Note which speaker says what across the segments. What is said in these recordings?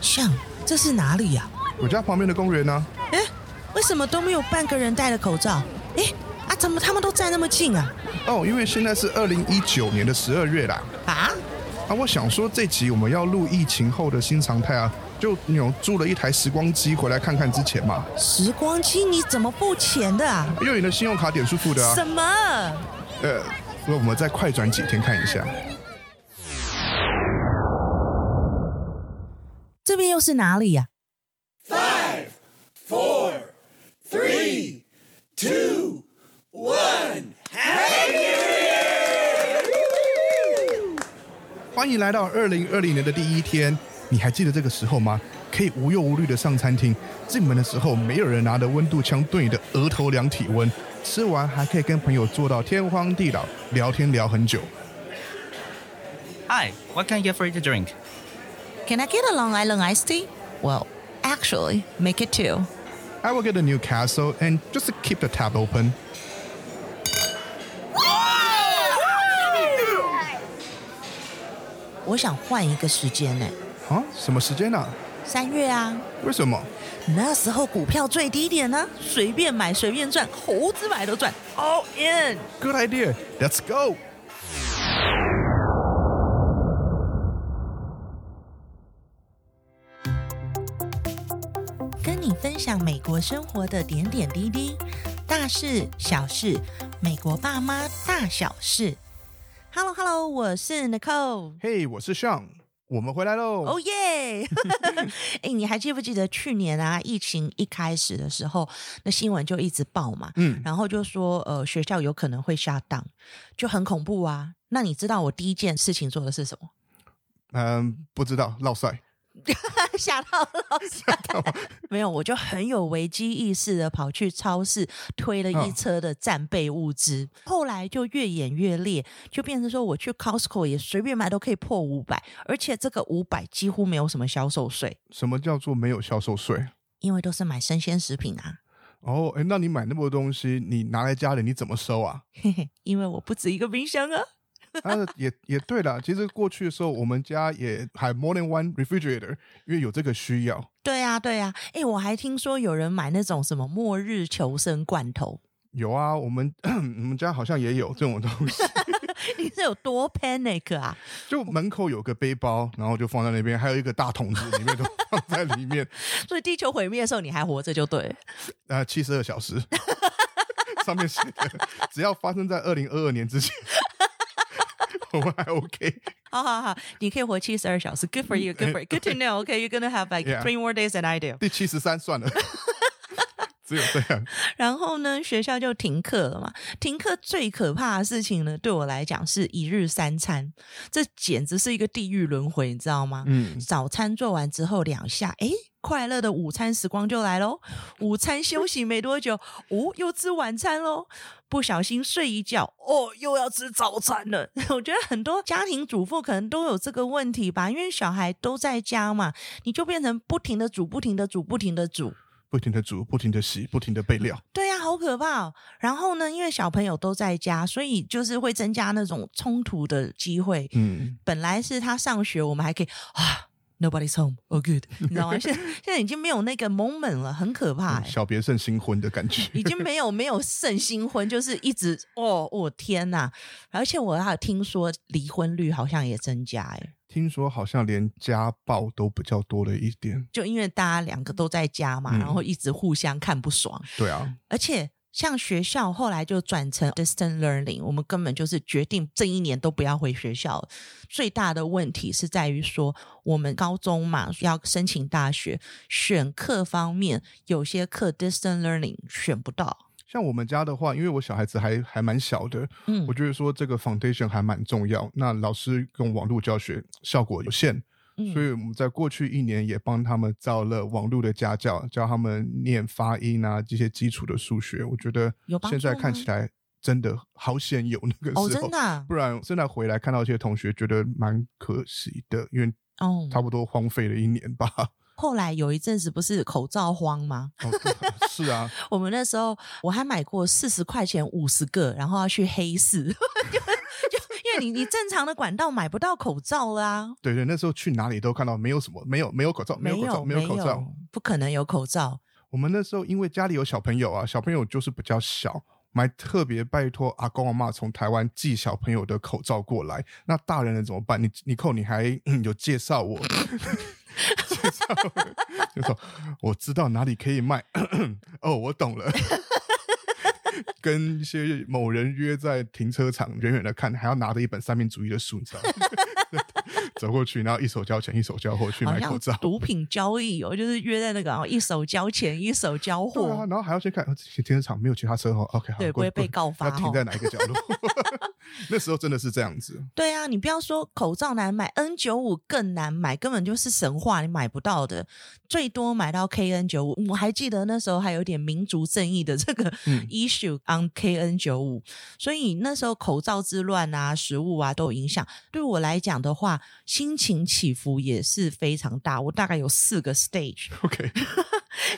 Speaker 1: 像这是哪里呀、
Speaker 2: 我家旁边的公园呢、
Speaker 1: 诶，为什么都没有半个人戴了口罩？诶，啊，怎么他们都站那么近啊？
Speaker 2: 哦，因为现在是二零一九年的十二月啦。
Speaker 1: 啊？
Speaker 2: 啊，我想说这集我们要录疫情后的新常态啊，就有租了一台时光机回来看看之前嘛，
Speaker 1: 时光机你怎么不钱的啊？
Speaker 2: 因为你的信用卡点数付的啊。
Speaker 1: 什么？
Speaker 2: 呃，那我们再快转几天看一下。
Speaker 1: 这边又是哪里呀、
Speaker 2: 欢迎来到二零二零年的第一天，你还记得这个时候吗？可以无忧无虑的上餐厅，进门的时候没有人拿着温度枪对你的额头量体温，吃完还可以跟朋友坐到天荒地老，聊天聊很久。
Speaker 3: Hi, what can I get for you to drink?
Speaker 4: Can I get a Long Island iced tea? Well, actually, make it two.
Speaker 2: I will get a new castle and just keep the tab open.
Speaker 1: 我想换一个时间呢、
Speaker 2: 啊，什么时间啊？
Speaker 1: 三月啊，
Speaker 2: 为什么？
Speaker 1: 那时候股票最低点呢、随便买随便赚，猴子买都赚，all in。
Speaker 2: Good idea. Let's go.
Speaker 1: 跟你分享美国生活的点点滴滴，大事小事，美国爸妈大小事。Hello Hello，我是 Nicole。
Speaker 2: 嘿、我是 Sean，我们回来喽。
Speaker 1: 哦耶！哎，你还记不记得去年啊，疫情一开始的时候，那新闻就一直报嘛，
Speaker 2: 嗯，
Speaker 1: 然后就说呃学校有可能会下档，就很恐怖啊。那你知道我第一件事情做的是什么？
Speaker 2: 嗯、不知道，落赛。
Speaker 1: 吓到老师。 没有，我就很有危机意识的跑去超市推了一
Speaker 2: 嗯
Speaker 1: 车的战备物资，后来就越演越烈，就变成说我去 Costco 也随便买都可以破五百，而且这个五百几乎没有什么销售税，
Speaker 2: 什么叫做没有销售税？
Speaker 1: 因为都是买生鲜食品啊。
Speaker 2: 哦，哎，那你买那么多东西，你拿来家里你怎么收啊？
Speaker 1: 嘿嘿，因为我不止一个冰箱啊。
Speaker 2: 啊， 也也对啦。其实过去的时候，我们家也还 more than one refrigerator，因为有这个需要。
Speaker 1: 对啊，对啊，哎，我还听说有人买那种什么末日求生罐头，
Speaker 2: 有啊，我们 我们家好像也有这种东西，
Speaker 1: 你是有多 panic 啊？
Speaker 2: 就门口有个背包，然后就放在那边，还有一个大桶子，里面都 放在里面，
Speaker 1: 所以地球毁灭的时候你还活着就对了。
Speaker 2: 呃，七十二小时， 上面写的，只要发生在二零二二年之前， 我们还 OK。
Speaker 1: 好好好，你可以活七十二小时，Good for you，Good for you，Good to know。OK，you're gonna have like
Speaker 2: Yeah.
Speaker 1: three more days than I do。
Speaker 2: 第七十三算了，只有这样。
Speaker 1: 然后呢，学校就停课了嘛。停课最可怕的事情呢，对我来讲是一日三餐，这简直是一个地狱轮回，你知道吗？
Speaker 2: 嗯，
Speaker 1: 早餐做完之后两下，诶，快乐的午餐时光就来喽。午餐休息没多久， 哦，又吃晚餐喽。不小心睡一觉，哦，又要吃早餐了。 我觉得很多家庭主妇可能都有这个问题吧，因为小孩都在家嘛，你就变成不停的煮，不停的煮，不停的煮。
Speaker 2: 不停的煮，不停的洗，不停的备料。
Speaker 1: 对呀、好可怕、哦。然后呢，因为小朋友都在家，所以就是会增加那种冲突的机会。
Speaker 2: 嗯，
Speaker 1: 本来是他上学，我们还可以啊，nobody's home，oh good，你知道吗？现在现在已经没有那个 moment 了，很可怕、欸。
Speaker 2: 嗯小别胜新婚的感觉。
Speaker 1: 已经没有没有圣新婚，就是一直哦，我、天哪！而且我还有听说离婚率好像也增加、欸，
Speaker 2: 听说好像连家暴都比较多了一点。
Speaker 1: 就因为大家两个都在家嘛，
Speaker 2: 嗯
Speaker 1: 然后一直互相看不爽，
Speaker 2: 对啊，
Speaker 1: 而且像学校后来就转成 distant learning，我们根本就是决定这一年都不要回学校了。最大的问题是在于说，我们高中嘛要申请大学，选课方面有些课 distant learning 选不到。
Speaker 2: 像我们家的话，因为我小孩子还还蛮小的，
Speaker 1: 嗯
Speaker 2: 我觉得说这个 foundation 还蛮重要。那老师用网络教学效果有限，所
Speaker 1: 嗯，
Speaker 2: 以我们在过去一年也帮他们造了网络的家教，教他们念发音啊这些基础的数学。我觉得
Speaker 1: 有帮助
Speaker 2: 现
Speaker 1: 吗
Speaker 2: 在看起来真的好险有那个
Speaker 1: 哦，
Speaker 2: 时候，
Speaker 1: 真的啊、
Speaker 2: 不然现在回来看到一些同学，觉得蛮可惜的，因为
Speaker 1: 哦。
Speaker 2: 差不多荒废了一年吧。
Speaker 1: 后来有一阵子不是口罩荒吗？
Speaker 2: 哦， 对啊是啊，
Speaker 1: 我们那时 候我还买过四十块钱五十个，然后要去黑市，就就因为为你你正常的管道买不到口罩啊啦、
Speaker 2: 对对，那时候去哪里都看到没有什么，没有没有口罩，没有口罩，
Speaker 1: 没
Speaker 2: 没有口罩。，
Speaker 1: 不可能有口罩。
Speaker 2: 我们那时候因为家里有小朋友啊，小朋友就是比较小，我们还特别拜托阿公阿妈从台湾寄小朋友的口罩过来。那大人了怎么办？你你扣你还、嗯有介绍我， 介绍我就说我知道哪里可以卖。哦，我懂了。 跟一些某人约在停车场，远远的看，还要拿着一本三民主义的书，你知道吗？ 走过去，然后一手交钱，一手交货去
Speaker 1: 好
Speaker 2: 买口
Speaker 1: 像
Speaker 2: 罩。
Speaker 1: 毒品交易哦，就是约在那个，然后一手交钱，一手交
Speaker 2: 对啊，
Speaker 1: 货。
Speaker 2: 然后还要先看呃这停车场没有其他车哦。OK，好，
Speaker 1: 对不
Speaker 2: 过
Speaker 1: 会被告发
Speaker 2: 要停
Speaker 1: 哦
Speaker 2: 在哪一个角落？ 那时候真的是这样 子，
Speaker 1: 对啊，你不要说口罩难买，N 九五更难买，根本就是神话，你买不到的。最多买到 KN 九五，我还记得那时候还有点民族正义的这个
Speaker 2: 嗯
Speaker 1: issue on KN 九五，所以那时候口罩之乱啊、食物啊都有影响。对我来讲的话，心情起伏也是非常大。我大概有四个 stage，
Speaker 2: OK，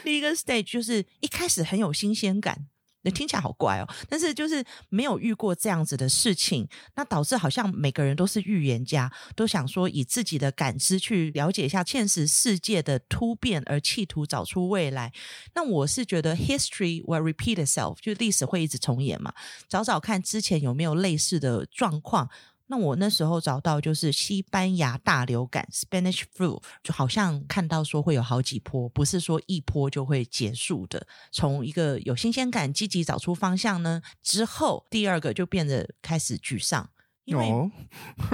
Speaker 1: 第一个 stage 就是一开始很有新鲜感。那听起来好怪哦，但是就是没有遇过这样子的事情，那导致好像每个人都是预言家，都想说以自己的感知去了解一下现实世界的突变，而企图找出未来。那我是觉得 history will repeat itself，就历史会一直重演嘛，找找看之前有没有类似的状况。那我那时候找到就是西班牙大流感 （Spanish flu），就好像看到说会有好几波，不是说一波就会结束的。从一个有新鲜感、积极找出方向呢，之后第二个就变得开始沮丧，因为、
Speaker 2: 哦，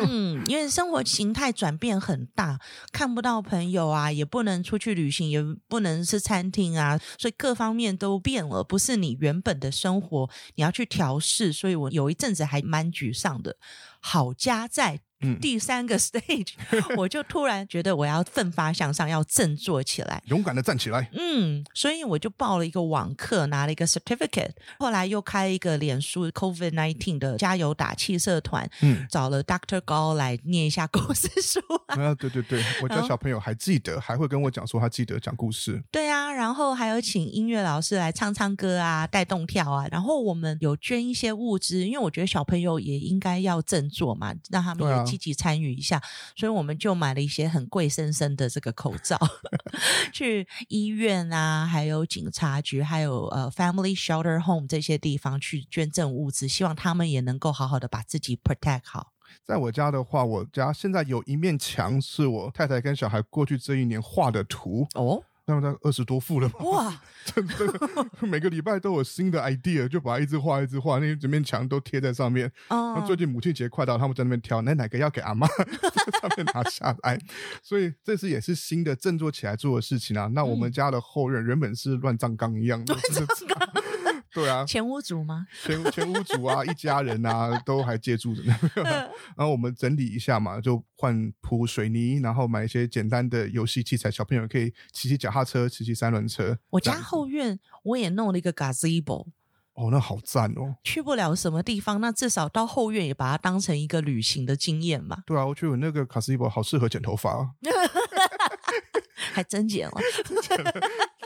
Speaker 1: 嗯，因为生活形态转变很大，看不到朋友啊，也不能出去旅行，也不能吃餐厅啊，所以各方面都变了，不是你原本的生活，你要去调试。所以我有一阵子还蛮沮丧的。好家在
Speaker 2: 嗯
Speaker 1: 第三个 stage，、我就突然觉得我要奋发向上，要振作起来。
Speaker 2: 勇敢的站起 来，
Speaker 1: 嗯，所以我就报了一个网课，拿了一个 certificate，后来又开一个脸书 COVID nineteen 的加油打气社团，
Speaker 2: 嗯。
Speaker 1: 找了 Doctor 高来念一下 故事书、啊。
Speaker 2: 啊，对对 对，我
Speaker 1: 嗯
Speaker 2: 家小朋友还记得，还会跟我讲说他记得讲故事。
Speaker 1: 对啊，然后还有请音乐老师来唱唱歌啊，带动跳啊。然后我们有捐一些物资，因为我觉得小朋友也应该要振作嘛，让他们
Speaker 2: 对啊
Speaker 1: 也积极参与一下。所以我们就买了一些很贵生生的这个口罩， 去医院啊，还有警察局，还有呃 family shelter home 这些地方去捐赠物资，希望他们也能够好好的把自己 protect 好。
Speaker 2: 在我家的话，我家现在有一面墙是我太太跟小孩过去这一年画的图，
Speaker 1: 哦，
Speaker 2: 那么大概二十多幅了吧？
Speaker 1: 哇，
Speaker 2: 真的，每个礼拜都有新的 idea，就把它一直画一直画，那整面墙都贴在上面。那
Speaker 1: 嗯
Speaker 2: 最，近母亲节快到，他们在那边挑，那哪个要给阿妈， 在上面拿下来。所以这次也是新的振作起来做的事情啊。那我们家的后院原本是乱葬岗一样
Speaker 1: 嗯
Speaker 2: 的，就是对啊，
Speaker 1: 前屋主 吗？
Speaker 2: 前前屋主啊，一家 人啊，都还借住着呢。
Speaker 1: 嗯
Speaker 2: 然后我们整理一下嘛，就换铺水泥，然后买一些简单的游戏器材，小朋友可以骑骑脚踏车，骑骑三轮车。
Speaker 1: 我
Speaker 2: 这样
Speaker 1: 家后院我也弄了一个 gazebo，
Speaker 2: 哦，那好赞哦。
Speaker 1: 去不了什么地方，那至少到后院也把它当成一个旅行的经验嘛，
Speaker 2: 对啊，我觉得我那个卡斯蒂博好适合剪头发、哦。
Speaker 1: 还真减了。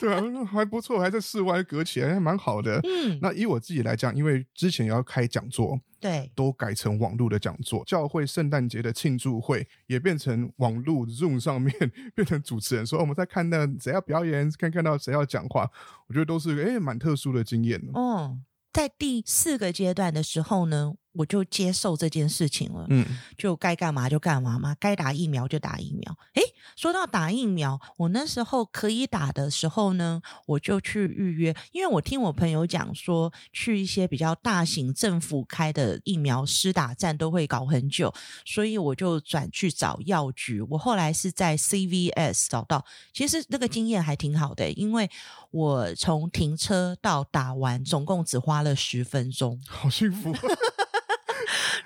Speaker 2: 对啊，还不错，还在室外隔起来，还蛮好的。
Speaker 1: 嗯，
Speaker 2: 那以我自己来讲，因为之前要开讲座，
Speaker 1: 对，
Speaker 2: 都改成网络的讲座，教会圣诞节的庆祝会也变成网络 Zoom 上面 变成主持人说、哦我们在看那谁要表演，看看到谁要讲话，我觉得都是诶蛮特殊的经验。
Speaker 1: 哦，在第四个阶段的时候呢，我就接受这件事情了。
Speaker 2: 嗯，
Speaker 1: 就该干嘛就干嘛嘛，该打疫苗就打疫苗。诶，说到打疫苗，我那时候可以打的时候呢，我就去预约，因为我听我朋友讲说，去一些比较大型政府开的疫苗施打站都会搞很久，所以我就转去找药局。我后来是在 CVS 找到，其实那个经验还挺好的、欸因为我从停车到打完，总共只花了十分钟。
Speaker 2: 好幸福。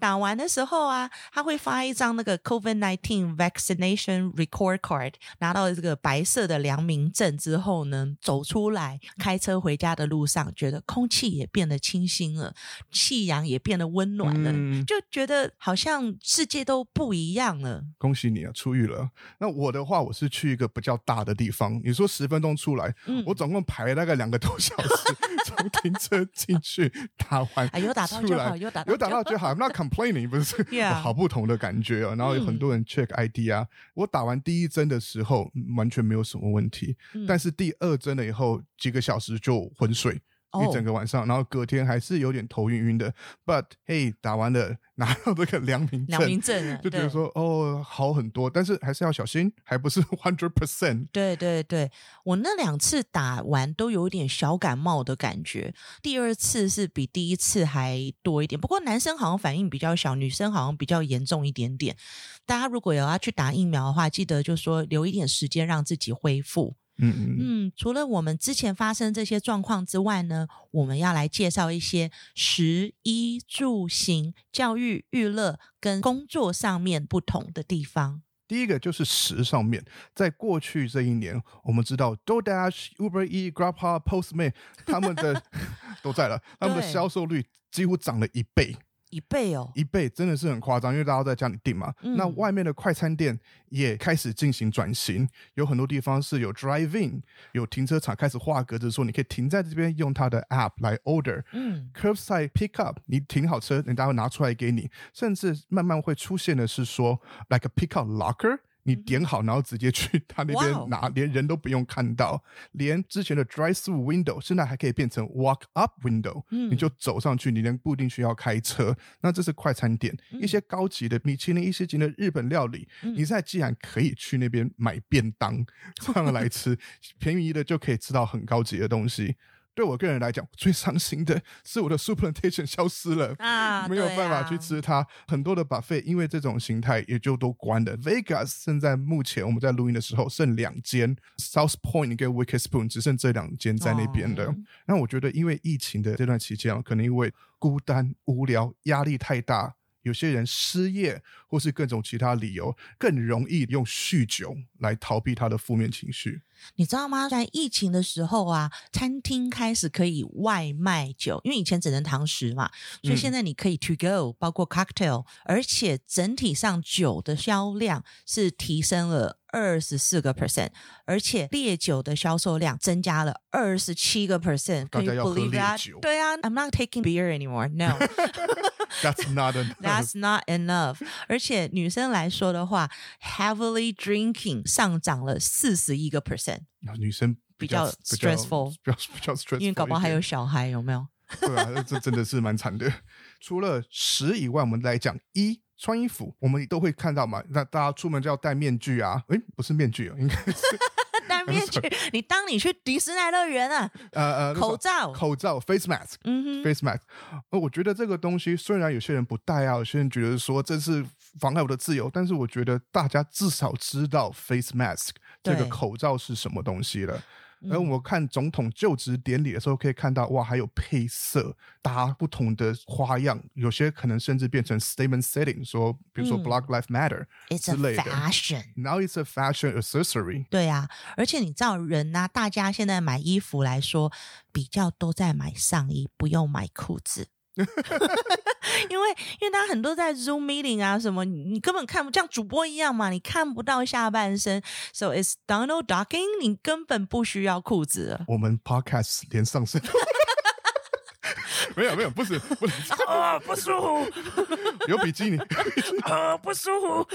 Speaker 1: 打完的时候啊，他会发一张那个 COVID nineteen vaccination record card，拿到这个白色的良民证之后呢，走出来开车回家的路上，觉得空气也变得清新了，气阳也变得温暖了，
Speaker 2: 嗯
Speaker 1: 就觉得好像世界都不一样了。
Speaker 2: 恭喜你啊，出狱了。那我的话，我是去一个比较大的地方，你说十分钟出来，
Speaker 1: 嗯
Speaker 2: 我总共排了大概两个多 小时，从停车进去打完，
Speaker 1: 啊，有打到
Speaker 2: 出
Speaker 1: 就
Speaker 2: 来
Speaker 1: 好，有打到
Speaker 2: 有打到就好。那 c o complaining，不是
Speaker 1: Yeah 嗯
Speaker 2: 哇好不同的感觉啊。然后有很多人 check ID 啊，我打完第一针的时候嗯完全没有什么问题，
Speaker 1: 嗯
Speaker 2: 但是第二针了以后几个小时就昏睡。
Speaker 1: 哦
Speaker 2: 一整个晚上，然后隔天还是有点头晕晕的。But hey，打完了拿到这个良民
Speaker 1: 良民
Speaker 2: 证，
Speaker 1: 证啊，
Speaker 2: 就觉
Speaker 1: 对
Speaker 2: 得说哦好很多，但是还是要小心，还不是 hundred percent。
Speaker 1: 对对对，我那两次打完都有一点小感冒的感觉，第二次是比第一次还多一点。不过男生好像反应比较小，女生好像比较严重一点点。大家如果有要去打疫苗的话，记得就说留一点时间让自己恢复。
Speaker 2: 嗯嗯。
Speaker 1: 嗯，除了我们之前发生这些状况之外呢，我们要来介绍一些食衣住行、教育、娱乐跟工作上面不同的地方。
Speaker 2: 第一个就是食上面，在过去这一年，我们知道 DoorDash、Uber E、Grubhub、Postman 他们 的都在了，他们的
Speaker 1: 对
Speaker 2: 销售率几乎涨了一倍，
Speaker 1: 一倍哦，
Speaker 2: 一倍真的是很夸张，因为大家都在家里订嘛。
Speaker 1: 嗯
Speaker 2: 那外面的快餐店也开始进行转型，有很多地方是有 Drive In，有停车场开始画格子说你可以停在这边，用它的 App 来 order。
Speaker 1: 嗯
Speaker 2: curbside pickup，你停好车，人家会拿出来给你，甚至慢慢会出现的是说，like a pickup locker。你点好，然后直接去他那
Speaker 1: 嗯哇哦
Speaker 2: 边拿，连人都不用看到。连之前的 drive through window，现在还可以变成 walk up window，、你就走上去，你连不一定需要开车。那这是快餐店，一些高级的米其林一星级的日本料理，你现在既然可以去那边买便当，这样来吃，便宜的就可以吃到很高级的东西。对我个人来讲，最伤心的是我的 supplementation 消失了。
Speaker 1: 啊
Speaker 2: 没有办法去。吃它，很多的 buffet 因为这种形态也就都关了。Vegas 现在目前我们在录音的时候剩两间，South Point 跟 Wicked Spoon 只剩这两间在那边的。
Speaker 1: 哦
Speaker 2: 那我觉得因为疫情的这段期间啊，可能因为孤单、无聊、压力太大，有些人失业或是各种其他理由，更容易用酗酒来逃避他的负面情绪。
Speaker 1: 你知道吗？在疫情的时候啊，餐厅开始可以外卖酒，因为以前只能堂食嘛，所以
Speaker 2: 嗯
Speaker 1: 现在你可以 to go，包括 cocktail，而且整体上酒的销量是提升了二十四个 percent，而且烈酒的销售量增加了二十七个 percent。
Speaker 2: 大家要喝
Speaker 1: Can you believe
Speaker 2: 烈
Speaker 1: that？
Speaker 2: 酒
Speaker 1: 对啊，I'm not taking beer anymore. No.
Speaker 2: That's not a
Speaker 1: That's not enough。而且女生来说的话，heavily drinking 上涨了四十一个 percent，
Speaker 2: 那女生
Speaker 1: 比
Speaker 2: 较
Speaker 1: 较 stressful
Speaker 2: 比较 比较 stressful，
Speaker 1: 因为搞不好
Speaker 2: 一
Speaker 1: 还
Speaker 2: 点
Speaker 1: 有小孩，有没 有？
Speaker 2: 对啊，这真的是蛮惨的。除了食以外，我们来讲衣。穿衣服，我们都会看到嘛。那大家出门就要戴面具啊，诶，不是面具哦，应该是
Speaker 1: 戴面具，你当你去迪士尼乐园啊，
Speaker 2: 呃呃
Speaker 1: 口罩
Speaker 2: 口罩 face mask，
Speaker 1: 嗯哼，
Speaker 2: face mask。呃，我觉得这个东西虽然有些人不戴啊，有些人觉得说这是妨碍我的自由，但是我觉得大家至少知道 face mask 这个
Speaker 1: 对
Speaker 2: 口罩是什么东西了。而我看总统就职典礼的时候，可以看到哇，还有配色，搭不同的花样，有些可能甚至变成 statement setting，说比如说 Black Lives Matter，、
Speaker 1: ，It's a
Speaker 2: 之类的
Speaker 1: fashion。
Speaker 2: now it's a fashion accessory。
Speaker 1: 对啊，而且你知道人呐、大家现在买衣服来说，比较都在买上衣，不用买裤 子。因为因为他很多在 Zoom meeting 啊什么，你你根本看不像主播一样嘛，你看不到下半身，so it's Donald Ducking，你根本不需要裤子了。
Speaker 2: 我们 podcast 连上身。 没有没有，不是不能这样
Speaker 1: 啊、不舒服，
Speaker 2: 有比基尼，
Speaker 1: 啊、不舒服。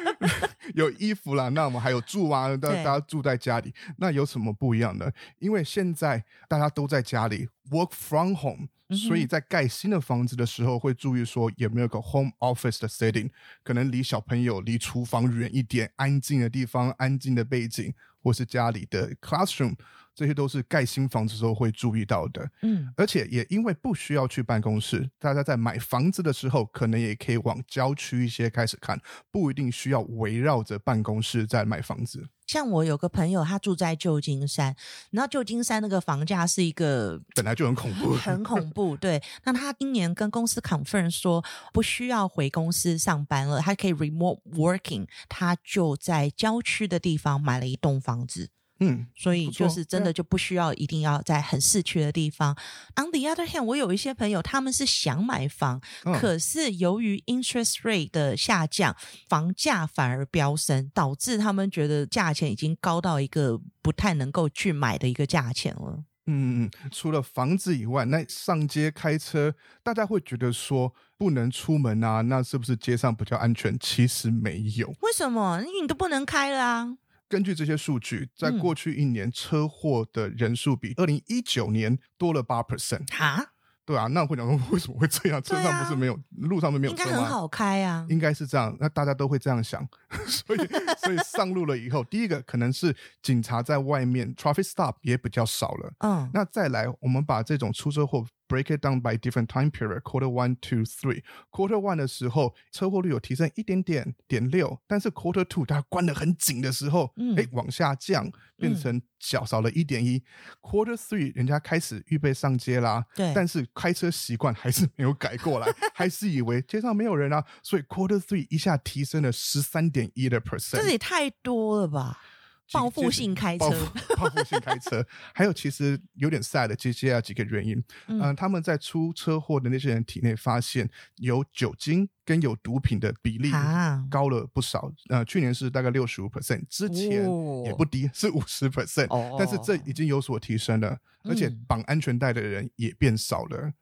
Speaker 2: 有衣服啦，那我们还有 住啊，大
Speaker 1: 对
Speaker 2: 大家住在家里，那有什么不一样呢？因为现在大家都在家里 work from home，、所以在盖新的房子的时候会注意说有没有个 home office 的 setting，可能离小朋友、离厨房远一点，安静的地方、安静的背景，或是家里的 classroom，这些都是盖新房子时候会注意到的。
Speaker 1: 嗯，
Speaker 2: 而且也因为不需要去办公室，大家在买房子的时候，可能也可以往郊区一些开始看，不一定需要围绕着办公室在买房子。
Speaker 1: 像我有个朋友，他住在旧金山，然后旧金山那个房价是一个
Speaker 2: 本来就很恐怖，
Speaker 1: 很恐怖。对，那他今年跟公司 confirm 说不需要回公司上班了，他可以 remote working，他就在郊区的地方买了一栋房子。
Speaker 2: 嗯，
Speaker 1: 所以
Speaker 2: 不错
Speaker 1: 就是真
Speaker 2: 对
Speaker 1: 的
Speaker 2: 啊
Speaker 1: 就不需要一定要在很市区的地方。On the other hand，我有一些朋友他们是想买房，
Speaker 2: 嗯
Speaker 1: 可是由于 interest rate 的下降，房价反而飙升，导致他们觉得价钱已经高到一个不太能够去买的一个价钱了。
Speaker 2: 嗯，嗯嗯，除了房子以外，那上街开车，大家会觉得说不能出门啊，那是不是街上比较安全？其实没有。
Speaker 1: 为什么？因为你都不能开了啊！
Speaker 2: 根据这些数据，在
Speaker 1: 嗯
Speaker 2: 过去一年车祸的人数比二零一九年多了八 percent。
Speaker 1: 哈，
Speaker 2: 对啊，那会讲说为什么会这样？车
Speaker 1: 对啊
Speaker 2: 上不是没有，路上面没有
Speaker 1: 应
Speaker 2: 车
Speaker 1: 该
Speaker 2: 吗？
Speaker 1: 很好开啊。
Speaker 2: 应该是这样，那大家都会这样想， 所以所以上路了以后，第一个可能是警察在外面 traffic stop 也比较少了。
Speaker 1: 嗯，
Speaker 2: 那再来，我们把这种出车祸 break it down by different time period quarter one two three quarter one 的时候，车祸率有提升一点点点六，但是 quarter two 大家关得很紧的时候，哎、
Speaker 1: 嗯
Speaker 2: 往下降，变成小少了一点一。quarter three 人家开始预备上街啦，
Speaker 1: 对
Speaker 2: 但是开车习惯还是没有改过来， 还是以为街上没有人啊，所以 quarter three 一下提升了十三点一的 percent，
Speaker 1: 这也太多了吧？
Speaker 2: 几
Speaker 1: 报复性开车
Speaker 2: 报复报复性开车，还有其实有点 sad 的，其实有几个原因。
Speaker 1: 嗯
Speaker 2: 嗯、他们在出车祸的那些人体内发现有酒精跟有毒品的比例
Speaker 1: 啊
Speaker 2: 高了不少。呃，去年是大概六十五 percent，之前
Speaker 1: 哦
Speaker 2: 也不低，是五十 percent，
Speaker 1: 哦
Speaker 2: 但是这已经有所提升了，而且
Speaker 1: 嗯
Speaker 2: 绑安全带的人也变少了。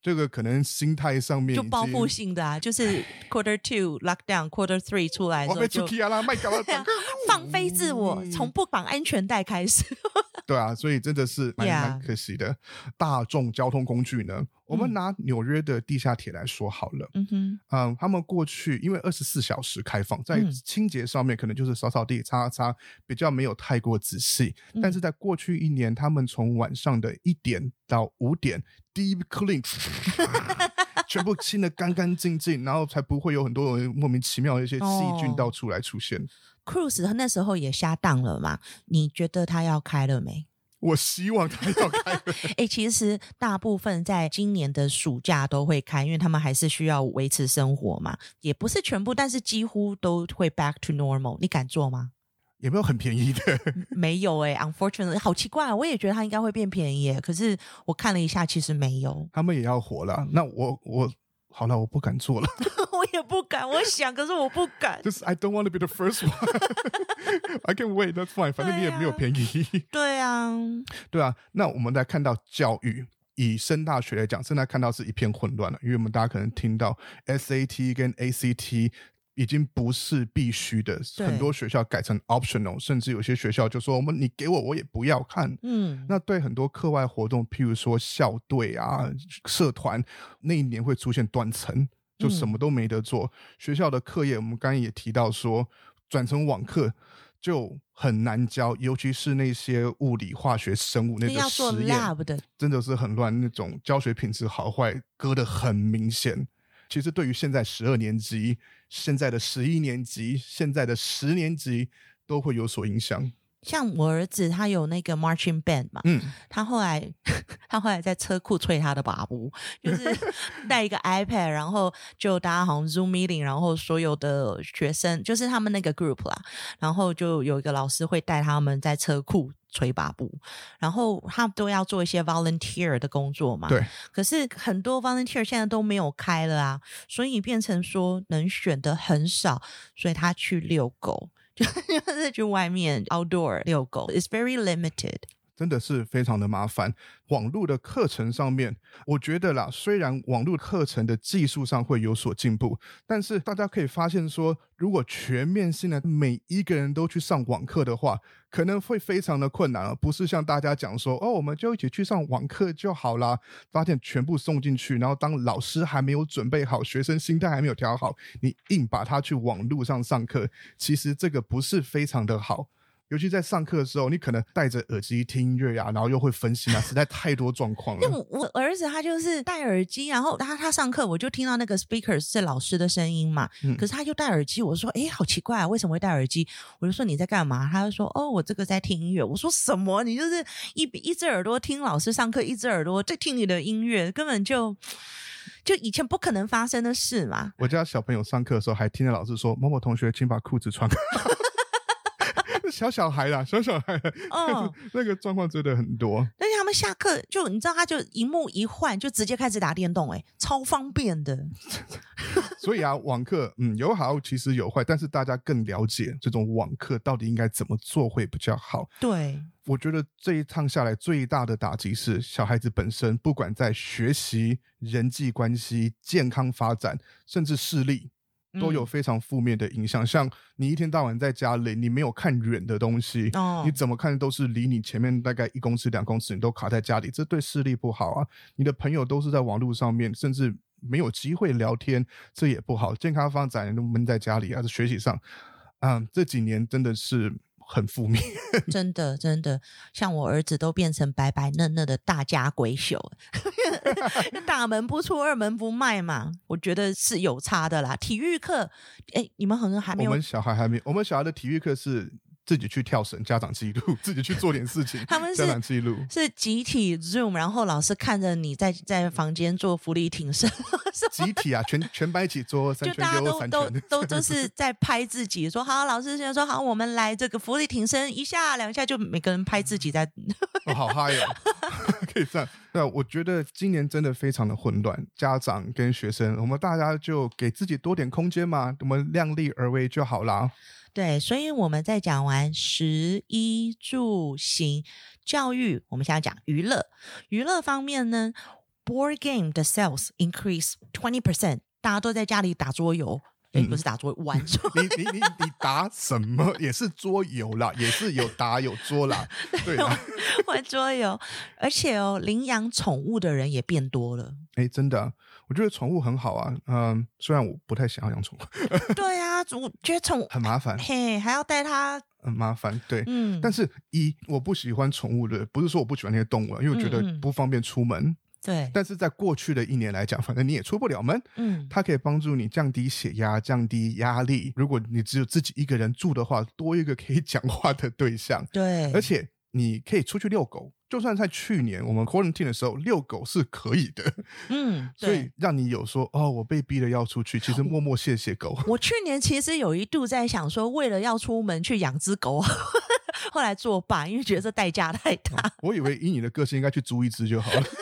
Speaker 2: 这个可能心态上面
Speaker 1: 就
Speaker 2: 已
Speaker 1: 报复
Speaker 2: 经
Speaker 1: 性的啊，就是 quarter two lockdown quarter three 出来的
Speaker 2: 我
Speaker 1: 时
Speaker 2: 被
Speaker 1: 候
Speaker 2: 出
Speaker 1: 就
Speaker 2: 去啊啦，卖搞了，
Speaker 1: 放飞自我，
Speaker 2: 嗯
Speaker 1: 从不绑安全带开始。
Speaker 2: 对啊，所以真的是蛮
Speaker 1: Yeah
Speaker 2: 蛮可惜的。大众交通工具呢，我们
Speaker 1: 嗯
Speaker 2: 拿纽约的地下铁来说好了。
Speaker 1: 嗯哼，
Speaker 2: 嗯，他们过去因为二十四小时开放，在
Speaker 1: 嗯
Speaker 2: 清洁上面可能就是扫扫地、擦擦，比较没有太过仔细。
Speaker 1: 嗯
Speaker 2: 但是在过去一年，他们从晚上的一点到五点，deep clean，全 部清的干干净净，然后才不会有很多人莫名其妙的一些细菌
Speaker 1: 哦
Speaker 2: 到处来出现。
Speaker 1: Cruise 那时候也下档了嘛？你觉得他要开了 没？
Speaker 2: 我希望他要开 了
Speaker 1: 哎、其实大部分在今年的暑假都会开，因为他们还是需要维持生活嘛，也不是全部，但是几乎都会 back to normal。你敢做 吗？
Speaker 2: 有没有很便宜的？，
Speaker 1: 没有哎、u n f o r t u n a t e l y 好奇怪啊、我也觉得它应该会变便宜耶，可是我看了一下，其实没有
Speaker 2: 他们也要活了。那我我好了，我不敢做了，
Speaker 1: 我也不敢，我想，可是我不敢
Speaker 2: 就。是 I don't want to be the first one 。I can wait, that's fine。反正你也没有便宜，
Speaker 1: 对啊，
Speaker 2: 对啊。那我们来看到教育。以升大学来讲，现在看到是一片混乱了，因为我们大家可能听到 SAT 跟 ACT 已经不是必须的，
Speaker 1: 对
Speaker 2: 很多学校改成 optional，甚至有些学校就说我们你给我我也不要看，
Speaker 1: 嗯，
Speaker 2: 那对很多课外活动，譬如说校队啊、社团，那一年会出现断层，就什么
Speaker 1: 嗯
Speaker 2: 都没得做。学校的课业，我们刚刚也提到说，转成网课就很难教，尤其是那些物理、化学、生物那
Speaker 1: 那要
Speaker 2: 个
Speaker 1: 做
Speaker 2: 实验，
Speaker 1: lab 的，
Speaker 2: 真的是很乱，那种教学品质好坏割得很明显。其实对于现在十二年级、现在的十一年级、现在的十年级，都会有所影响。
Speaker 1: 像我儿子他有那个 marching band 嘛，
Speaker 2: 嗯，
Speaker 1: 他后来 他后来在车库吹他的把布，就是带一个 iPad，然后就大家好像 Zoom meeting，然后所有的学生就是他们那个 group 啦，然后就有一个老师会带他们在车库吹把布，然后他们都要做一些 volunteer 的工作嘛。
Speaker 2: 对。
Speaker 1: 可是很多 volunteer 现在都没有开了啊，所以变成说能选的很少，所以他去遛狗。 就就是去外面 outdoor 遛狗，is very limited。
Speaker 2: 真的是非常的麻烦。网络的课程上面，我觉得啦，虽然网络课程的技术上会有所进步，但是大家可以发现说，如果全面性的每一个人都去上网课的话，可能会非常的困难了。不是像大家讲说，哦，我们就一起去上网课就好啦。发现全部送进去，然后当老师还没有准备好，学生心态还没有调好，你硬把他去网络上上课，其实这个不是非常的好。尤其在上课的时候，你可能戴着耳机听音乐呀、然后又会分心啊，实在太多状况
Speaker 1: 因为
Speaker 2: 了。
Speaker 1: 我我儿子他就是戴耳机，然后他他上课我就听到那个 speaker 是老师的声音嘛，
Speaker 2: 嗯
Speaker 1: 可是他就戴耳机，我说诶，好奇怪、啊，为什么会戴耳机？我就说你在干嘛？他就说哦，我这个在听音乐。我说什么？你就是一一只耳朵听老师上课，一只耳朵在听你的音乐，根本就就以前不可能发生的事 嘛。
Speaker 2: 我家小朋友上课的时候还听着老师说：“某某同学，请把裤子穿好。” 小小孩啦，小小孩，
Speaker 1: 嗯，
Speaker 2: 那个状况真的很多。
Speaker 1: 但是他们下课就你知道，他就荧幕一换就直接开始打电动、欸，哎，超方便的。
Speaker 2: 所以啊，网课嗯有好，其实有坏，但是大家更了解这种网课到底应该怎么做会比较好。
Speaker 1: 对，
Speaker 2: 我觉得这一趟下来最大的打击是小孩子本身，不管在学习、人际关系、健康发展，甚至视力，
Speaker 1: 嗯
Speaker 2: 都有非常负面的影响。像你一天到晚在家里，你没有看远的东西，
Speaker 1: 哦
Speaker 2: 你怎么看都是离你前面大概一公尺、两公尺，你都卡在家里，这对视力不好啊。你的朋友都是在网络上面，甚至没有机会聊天，这也不好。健康发展都闷在家里啊，这学习上，嗯，这几年真的是很负面。
Speaker 1: 真的真的，像我儿子都变成白白嫩嫩的大家闺秀， 大门不出二门不迈嘛，我觉得是有差的啦。体育课，哎，你们好像还没
Speaker 2: 我
Speaker 1: 有
Speaker 2: 们，小孩还没，我们小孩的体育课是自己去跳绳，家长记录，自己去做点事 情，
Speaker 1: 他们是
Speaker 2: 家长记录。
Speaker 1: 是集体 Zoom，然后老师看着你在在房间做浮力挺身，
Speaker 2: 集体啊，全全班一起做三
Speaker 1: 就
Speaker 2: 圈
Speaker 1: 大家
Speaker 2: 丢
Speaker 1: 都
Speaker 2: 三
Speaker 1: 都
Speaker 2: 圈，
Speaker 1: 都就是在拍自己，说好，老师现在说好，我们来这个浮力挺身一下两下，就每个人拍自己在，
Speaker 2: 我、好嗨 哦！可以这样。那我觉得今年真的非常的混乱，家长跟学生，我们大家就给自己多点空间嘛，我们量力而为就 好啦。
Speaker 1: 对，所以我们在讲完食衣住行教育，我们现在讲娱乐。娱乐方面呢，board game 的 sales increase twenty percent，大家都在家里打桌游，诶，
Speaker 2: 嗯
Speaker 1: 不是打桌游玩桌 游。
Speaker 2: 你你你你打什么也是桌游啦，也是有打有桌 啦，对啦。
Speaker 1: 玩桌游，而且哦，领养宠物的人也变多了。
Speaker 2: 哎，真的啊、我觉得宠物很好啊。嗯，虽然我不太想要养宠物，
Speaker 1: 对啊，我觉得 宠物
Speaker 2: 很麻烦，
Speaker 1: 嘿还要带它，
Speaker 2: 很麻烦。对，
Speaker 1: 嗯，
Speaker 2: 但是一我不喜欢宠物的，不是说我不喜欢那些动物啊，因为我觉
Speaker 1: 嗯
Speaker 2: 得
Speaker 1: 嗯
Speaker 2: 不方便出门。
Speaker 1: 对，
Speaker 2: 但是在过去的一年来讲，反正你也出不了门，
Speaker 1: 嗯，
Speaker 2: 它可以帮助你降低血压、降低压力。如果你只有自己一个人住的话，多一个可以讲话的对象，
Speaker 1: 对，
Speaker 2: 而且你可以出去遛狗。就算在去年我们 quarantine 的时候，遛狗是可以的，
Speaker 1: 嗯，
Speaker 2: 所
Speaker 1: 对。
Speaker 2: 以让你有说哦，我被逼的要出去，其实默默谢谢狗。
Speaker 1: 我去年其实有一度在想说，为了要出门去养只狗， 后来作罢，因为觉得这代价太大。
Speaker 2: 我以为以你的个性，应该去租一只就好 了。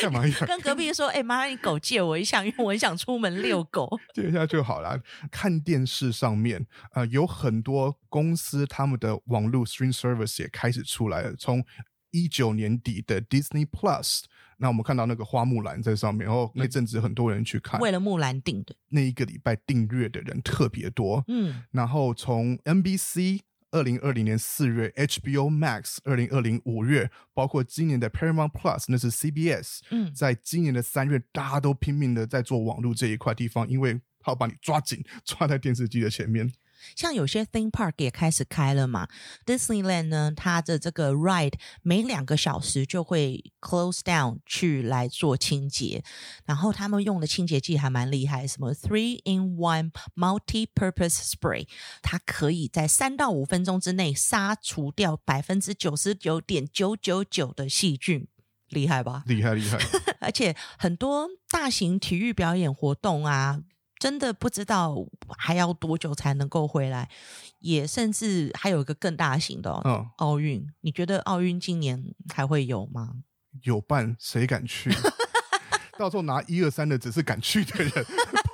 Speaker 2: 干嘛养？
Speaker 1: 跟隔壁说：“哎、麻烦你狗借我一下，因为我很想出门遛狗。
Speaker 2: 接下就好啦。看电视上面，呃，有很多公司他们的网络 stream service 也开始出来了。从一九年底的 Disney Plus，那我们看到那个花木兰在上面，然后那阵子很多人去看”，
Speaker 1: 为了木兰定的，
Speaker 2: 那一个礼拜订阅的人特别多。
Speaker 1: 嗯，
Speaker 2: 然后从 NBC 二零二零年四月，HBO Max 二零二零五月，包括今年的 Paramount Plus，那是 CBS，
Speaker 1: 嗯
Speaker 2: 在今年的三月，大家都拼命的在做网络这一块地方，因为他要把你抓紧，抓在电视机的 前面。
Speaker 1: 像有些 theme park 也开始开了嘛。Disneyland 呢，它的这个 ride 每两个小时就会 close down 去来做清洁，然后他们用的清洁剂还蛮厉害，什么 three in one multi-purpose spray，它可以在三到五分钟之内杀除掉百分之九十九点九九九的细菌，厉害吧？
Speaker 2: 厉害厉害，
Speaker 1: 而且很多大型体育表演活动啊，真的不知道还要多久才能够回来，也甚至还有一个更大型的、哦、
Speaker 2: 嗯，
Speaker 1: 奥运。你觉得奥运今年还会有吗？
Speaker 2: 有伴谁敢 去？到时候拿一二三的只是敢去的人，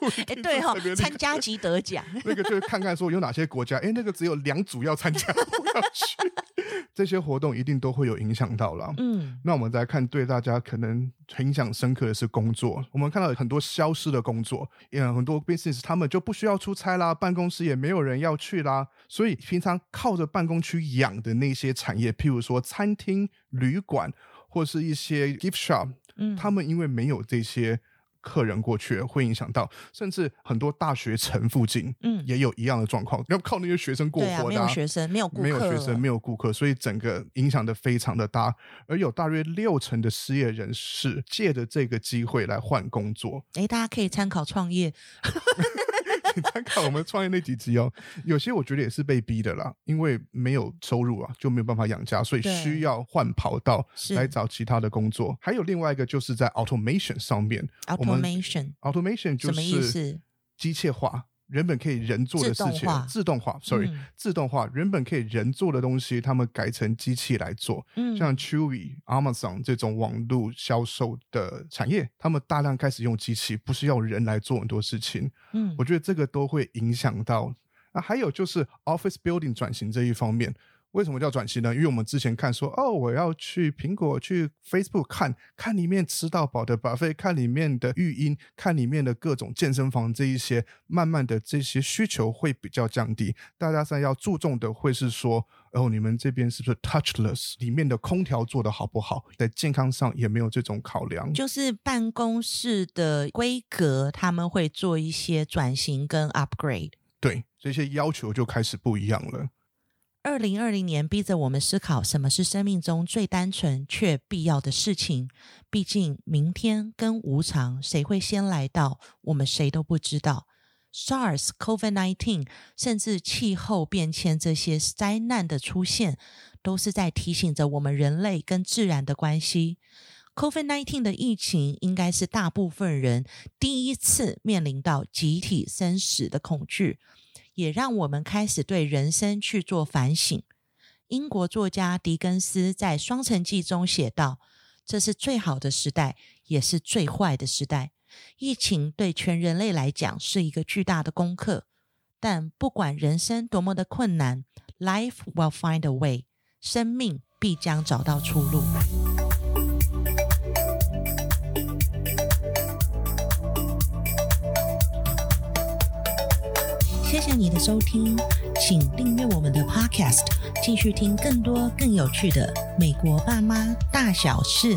Speaker 2: 不一
Speaker 1: 哎，
Speaker 2: 定
Speaker 1: 对
Speaker 2: 是
Speaker 1: 哈、
Speaker 2: 特别厉害
Speaker 1: 参加即得奖。
Speaker 2: 那个就是看看说有哪些国家，哎，那个只有两组要参加，不要 去。这些活动一定都会有影响到啦。
Speaker 1: 嗯，
Speaker 2: 那我们再看对大家可能影响深刻的是工作，我们看到有很多消失的工作，也很多 business 他们就不需要出差啦，办公室也没有人要去啦，所以平常靠着办公区养的那些产业，譬如说餐厅、旅馆或是一些 gift shop，
Speaker 1: 嗯
Speaker 2: 他们因为没有这些。客人过去会影响到，甚至很多大学城附近，
Speaker 1: 嗯
Speaker 2: 也有一样的状况，要靠那些学生过
Speaker 1: 对啊，
Speaker 2: 活
Speaker 1: 没
Speaker 2: 的、
Speaker 1: 有学生，没有顾客，
Speaker 2: 没有学生，没有顾客，所以整个影响的非常的大。而有大约六成的失业人士借着这个机会来换工作。
Speaker 1: 哎，大家可以参考创业。
Speaker 2: 你参考我们创业那几集哦，有些我觉得也是被逼的啦，因为没有收入啊，就没有办法养家，所以
Speaker 1: 对
Speaker 2: 需要换跑道
Speaker 1: 是
Speaker 2: 来找其他的工作。还有另外一个就是在 automation 上面我们
Speaker 1: Automation
Speaker 2: ，automation 就
Speaker 1: 什么意
Speaker 2: 是
Speaker 1: 思
Speaker 2: 机械化。原本可以人做的事
Speaker 1: 自
Speaker 2: 情
Speaker 1: 动化，
Speaker 2: 自动化，sorry，、
Speaker 1: 嗯
Speaker 2: 自动化原本可以人做的东西，他们改成机器来做。
Speaker 1: 嗯
Speaker 2: 像 Chewy、Amazon 这种网络销售的产业，他们大量开始用机器，不是要人来做很多事情。
Speaker 1: 嗯
Speaker 2: 我觉得这个都会影响到。那还有就是 office building 转型这一方面，为什么叫转型呢？因为我们之前看说，哦，我要去苹果、去 Facebook 看看里面吃到饱的 buffet，看里面的育婴，看里面的各种健身房这一些，慢慢的这些需求会比较降低。大家现在要注重的会是说，哦，你们这边是不是 touchless？里面的空调做的好不好？在健康上也没有这种考量。
Speaker 1: 就是办公室的规格，他们会做一些转型跟 upgrade。
Speaker 2: 对，这些要求就开始不一样了。
Speaker 1: 二零二零年逼着我们思考什么是生命中最单纯却必要的事情。毕竟明天跟无常，谁会先来到，我们谁都不知道。SARS、COVID-19，甚至气候变迁这些灾难的出现，都是在提醒着我们人类跟自然的关系。COVID-19 的疫情应该是大部分人第一次面临到集体生死的恐惧。也让我们开始对人生去做反省。英国作家狄更斯在《双城记》中写道：“这是最好的时代，也是最坏的时代。疫情对全人类来讲是一个巨大的功课，但不管人生多么的困难，life will find a way，生命必将找到出路。”谢谢你的收听，请订阅我们的 Podcast，继续听更多更有趣的美国爸妈大小事。